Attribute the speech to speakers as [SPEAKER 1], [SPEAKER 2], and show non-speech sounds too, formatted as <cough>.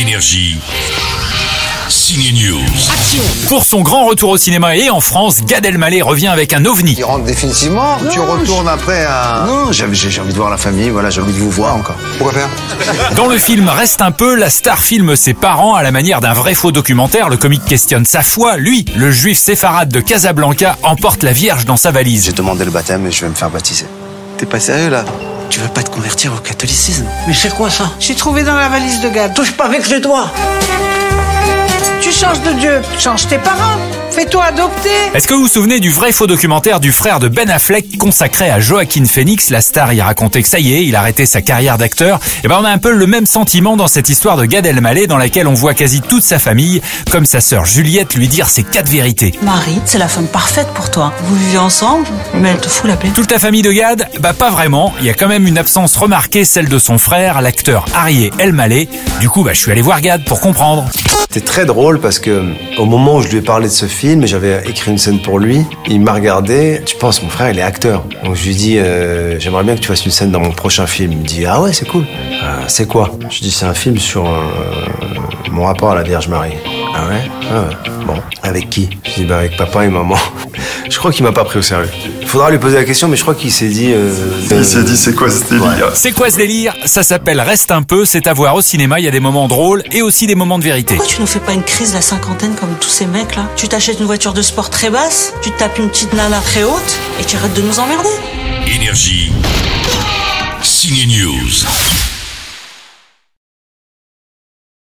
[SPEAKER 1] Énergie. Signe News.
[SPEAKER 2] Pour son grand retour au cinéma et en France, Gad Elmaleh revient avec un ovni.
[SPEAKER 3] Il rentre définitivement. tu retournes après à. Non, j'ai j'ai- j'ai envie de voir la famille, voilà, j'ai envie de vous voir encore. Pourquoi faire
[SPEAKER 2] Dans le film Reste un peu, la star filme ses parents à la manière d'un vrai faux documentaire. Le comique questionne sa foi. Lui, le juif séfarade de Casablanca, emporte la Vierge dans sa valise.
[SPEAKER 3] J'ai demandé le baptême et je vais me faire baptiser. T'es pas sérieux là Tu veux pas te convertir au catholicisme
[SPEAKER 4] Mais c'est quoi ça J'ai trouvé dans la valise de gars. Touche pas avec les doigts. Tu changes de Dieu, change tes parents. Fais-toi adopter.
[SPEAKER 2] Est-ce que vous vous souvenez du vrai faux documentaire du frère de Ben Affleck consacré à Joaquin Phoenix La star y racontait que ça y est, il arrêtait sa carrière d'acteur. Et ben on a un peu le même sentiment dans cette histoire de Gad Elmaleh dans laquelle on voit quasi toute sa famille, comme sa sœur Juliette lui dire ses quatre vérités.
[SPEAKER 5] Marie, c'est la femme parfaite pour toi. Vous vivez ensemble, mais elle te fout la paix.
[SPEAKER 2] Toute la famille de Gad Bah pas vraiment, il y a quand même une absence remarquée, celle de son frère, l'acteur Arié Elmaleh. Du coup, bah je suis allé voir Gad pour comprendre.
[SPEAKER 6] C'était très drôle parce que au moment où je lui ai parlé de ce film, et j'avais écrit une scène pour lui, il m'a regardé. Tu penses, mon frère, il est acteur. Donc je lui dis, euh, j'aimerais bien que tu fasses une scène dans mon prochain film. Il me dit, ah ouais, c'est cool. Euh, c'est quoi Je dis, c'est un film sur euh, mon rapport à la Vierge Marie. Ah ouais Ah ouais. Bon, avec qui Je dis, bah avec papa et maman. <laughs> Je crois qu'il m'a pas pris au sérieux. Faudra lui poser la question, mais je crois qu'il s'est dit. euh, il s'est dit, c'est quoi ce délire
[SPEAKER 2] C'est quoi ce délire Ça s'appelle Reste un peu, c'est à voir au cinéma, il y a des moments drôles et aussi des moments de vérité.
[SPEAKER 5] Pourquoi tu nous fais pas une crise de la cinquantaine comme tous ces mecs là Tu t'achètes une voiture de sport très basse, tu te tapes une petite nana très haute et tu arrêtes de nous emmerder.
[SPEAKER 1] Énergie. Signe News.